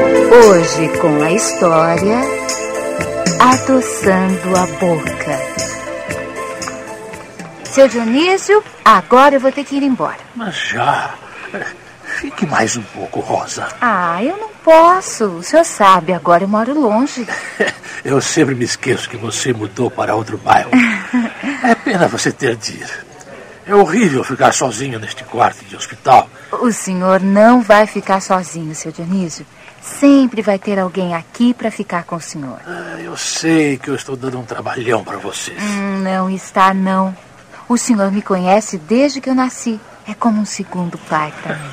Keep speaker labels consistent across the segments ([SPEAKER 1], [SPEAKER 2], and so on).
[SPEAKER 1] Hoje com a história Adoçando a Boca. Seu Dionísio, agora eu vou ter que ir embora.
[SPEAKER 2] Mas já. Fique mais um pouco, Rosa.
[SPEAKER 1] Ah, eu não posso. O senhor sabe, agora eu moro longe.
[SPEAKER 2] Eu sempre me esqueço que você mudou para outro bairro. É pena você ter de ir. É horrível ficar sozinho neste quarto de hospital.
[SPEAKER 1] O senhor não vai ficar sozinho, seu Dionísio. Sempre vai ter alguém aqui para ficar com o senhor.
[SPEAKER 2] Ah, Eu sei que eu estou dando um trabalhão para vocês.
[SPEAKER 1] Hum, Não está, não. O senhor me conhece desde que eu nasci. É como um segundo pai pra mim.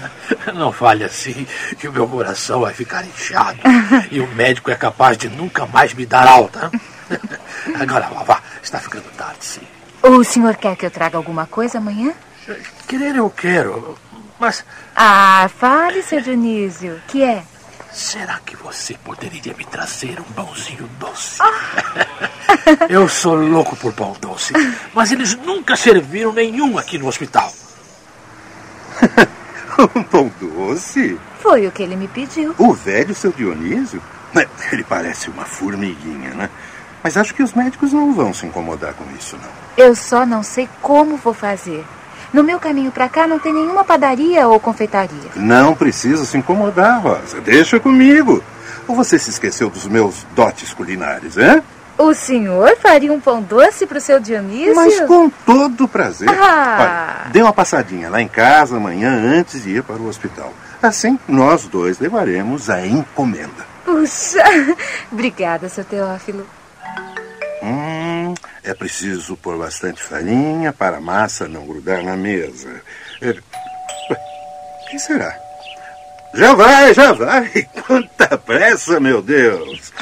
[SPEAKER 2] Não fale assim, que o meu coração vai ficar inchado. e o médico é capaz de nunca mais me dar alta. Agora, vá, vá. Está ficando tarde, sim.
[SPEAKER 1] O senhor quer que eu traga alguma coisa amanhã?
[SPEAKER 2] Querer eu quero, mas
[SPEAKER 1] Ah, fale, seu Dionísio. Que é?
[SPEAKER 2] Será que você poderia me trazer um pãozinho doce? Eu sou louco por pão doce, mas eles nunca serviram nenhum aqui no hospital.
[SPEAKER 3] Um pão doce?
[SPEAKER 1] Foi o que ele me pediu.
[SPEAKER 3] O velho seu Dionísio? Né, Ele parece uma formiguinha, né? Mas acho que os médicos não vão se incomodar com isso, não.
[SPEAKER 1] Eu só não sei como vou fazer. No meu caminho pra cá não tem nenhuma padaria ou confeitaria.
[SPEAKER 3] Não precisa se incomodar, Rosa. Deixa comigo. Ou você se esqueceu dos meus dotes culinários, hein?
[SPEAKER 1] O senhor faria um pão doce pro seu Dionísio?
[SPEAKER 3] Mas com todo prazer.
[SPEAKER 1] Ah.
[SPEAKER 3] Olha, dê uma passadinha lá em casa amanhã antes de ir para o hospital. Assim, nós dois levaremos a encomenda.
[SPEAKER 1] Puxa! Obrigada, seu Teófilo.
[SPEAKER 3] Hum, é preciso pôr bastante farinha para a massa não grudar na mesa. É, ué, Quem será? Já vai, já vai! Quanta pressa, meu Deus!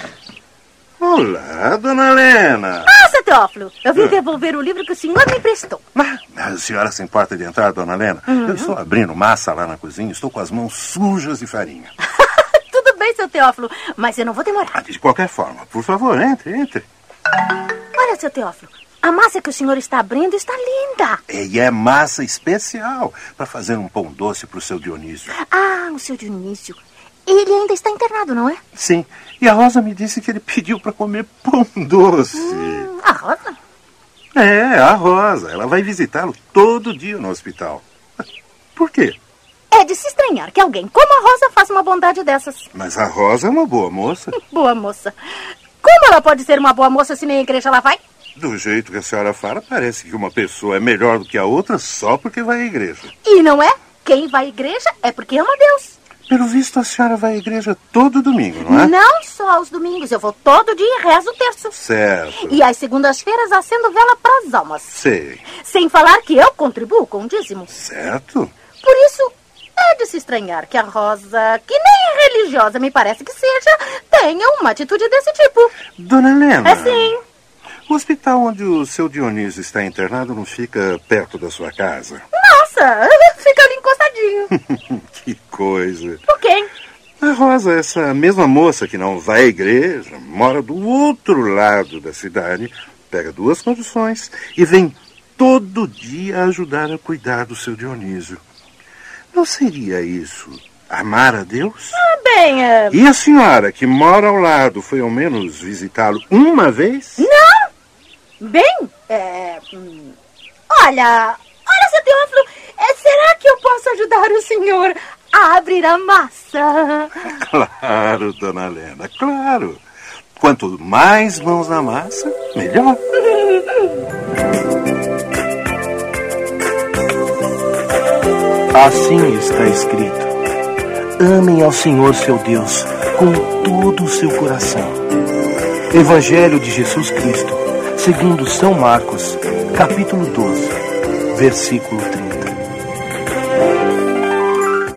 [SPEAKER 3] Olá, dona Helena!
[SPEAKER 4] Ah, seu Teófilo, eu
[SPEAKER 3] É.
[SPEAKER 4] vim devolver o livro que o senhor me emprestou.
[SPEAKER 3] Mas a senhora se importa de entrar, dona Helena? Eu estou abrindo massa lá na cozinha, estou com as mãos sujas de farinha.
[SPEAKER 4] Tudo bem, seu Teófilo, mas eu não vou demorar.
[SPEAKER 3] Ah, De qualquer forma, por favor, entre, entre.
[SPEAKER 4] Olha, seu Teófilo, a massa que o senhor está abrindo está linda.
[SPEAKER 3] E é massa especial para fazer um pão doce para o seu Dionísio.
[SPEAKER 4] Ah, o seu Dionísio, ele ainda está internado, não é?
[SPEAKER 3] Sim, e a Rosa me disse que ele pediu para comer pão doce.
[SPEAKER 4] Hum, a Rosa?
[SPEAKER 3] É, a Rosa. Ela vai visitá-lo todo dia no hospital. Por quê?
[SPEAKER 4] É de se estranhar que alguém como a Rosa faça uma bondade dessas.
[SPEAKER 3] Mas a Rosa é uma boa moça.
[SPEAKER 4] Boa moça. Como ela pode ser uma boa moça se nem a igreja ela vai?
[SPEAKER 3] Do jeito que a senhora fala, parece que uma pessoa é melhor do que a outra só porque vai à igreja.
[SPEAKER 4] E não é? Quem vai à igreja é porque ama Deus.
[SPEAKER 3] Pelo visto, a senhora vai à igreja todo domingo, não é?
[SPEAKER 4] Não só aos domingos, eu vou todo dia e rezo o terço.
[SPEAKER 3] Certo.
[SPEAKER 4] E às segundas-feiras acendo vela para as almas.
[SPEAKER 3] Sei.
[SPEAKER 4] Sem falar que eu contribuo com o dízimo.
[SPEAKER 3] Certo?
[SPEAKER 4] Por isso, é de se estranhar que a Rosa, que nem religiosa me parece que seja, tenha uma atitude desse tipo.
[SPEAKER 3] Dona Helena.
[SPEAKER 4] É sim.
[SPEAKER 3] O hospital onde o seu Dionísio está internado não fica perto da sua casa?
[SPEAKER 4] Nossa, fica ali encostadinho.
[SPEAKER 3] que coisa.
[SPEAKER 4] Ok.
[SPEAKER 3] A Rosa, essa mesma moça que não vai à igreja, mora do outro lado da cidade, pega duas condições e vem todo dia ajudar a cuidar do seu Dionísio. Não seria isso amar a Deus?
[SPEAKER 4] Bem, eh,
[SPEAKER 3] E a senhora que mora ao lado foi ao menos visitá-lo uma vez?
[SPEAKER 4] bem, eh, hum, olha, olha, seu Teófilo, eh, será que eu posso ajudar o senhor a abrir a massa?
[SPEAKER 3] Claro, dona Helena, claro. Quanto mais mãos na massa, melhor.
[SPEAKER 5] Assim está escrito: Amem ao Senhor seu Deus com todo o seu coração. Evangelho de Jesus Cristo, segundo São Marcos, capítulo 12, versículo 30.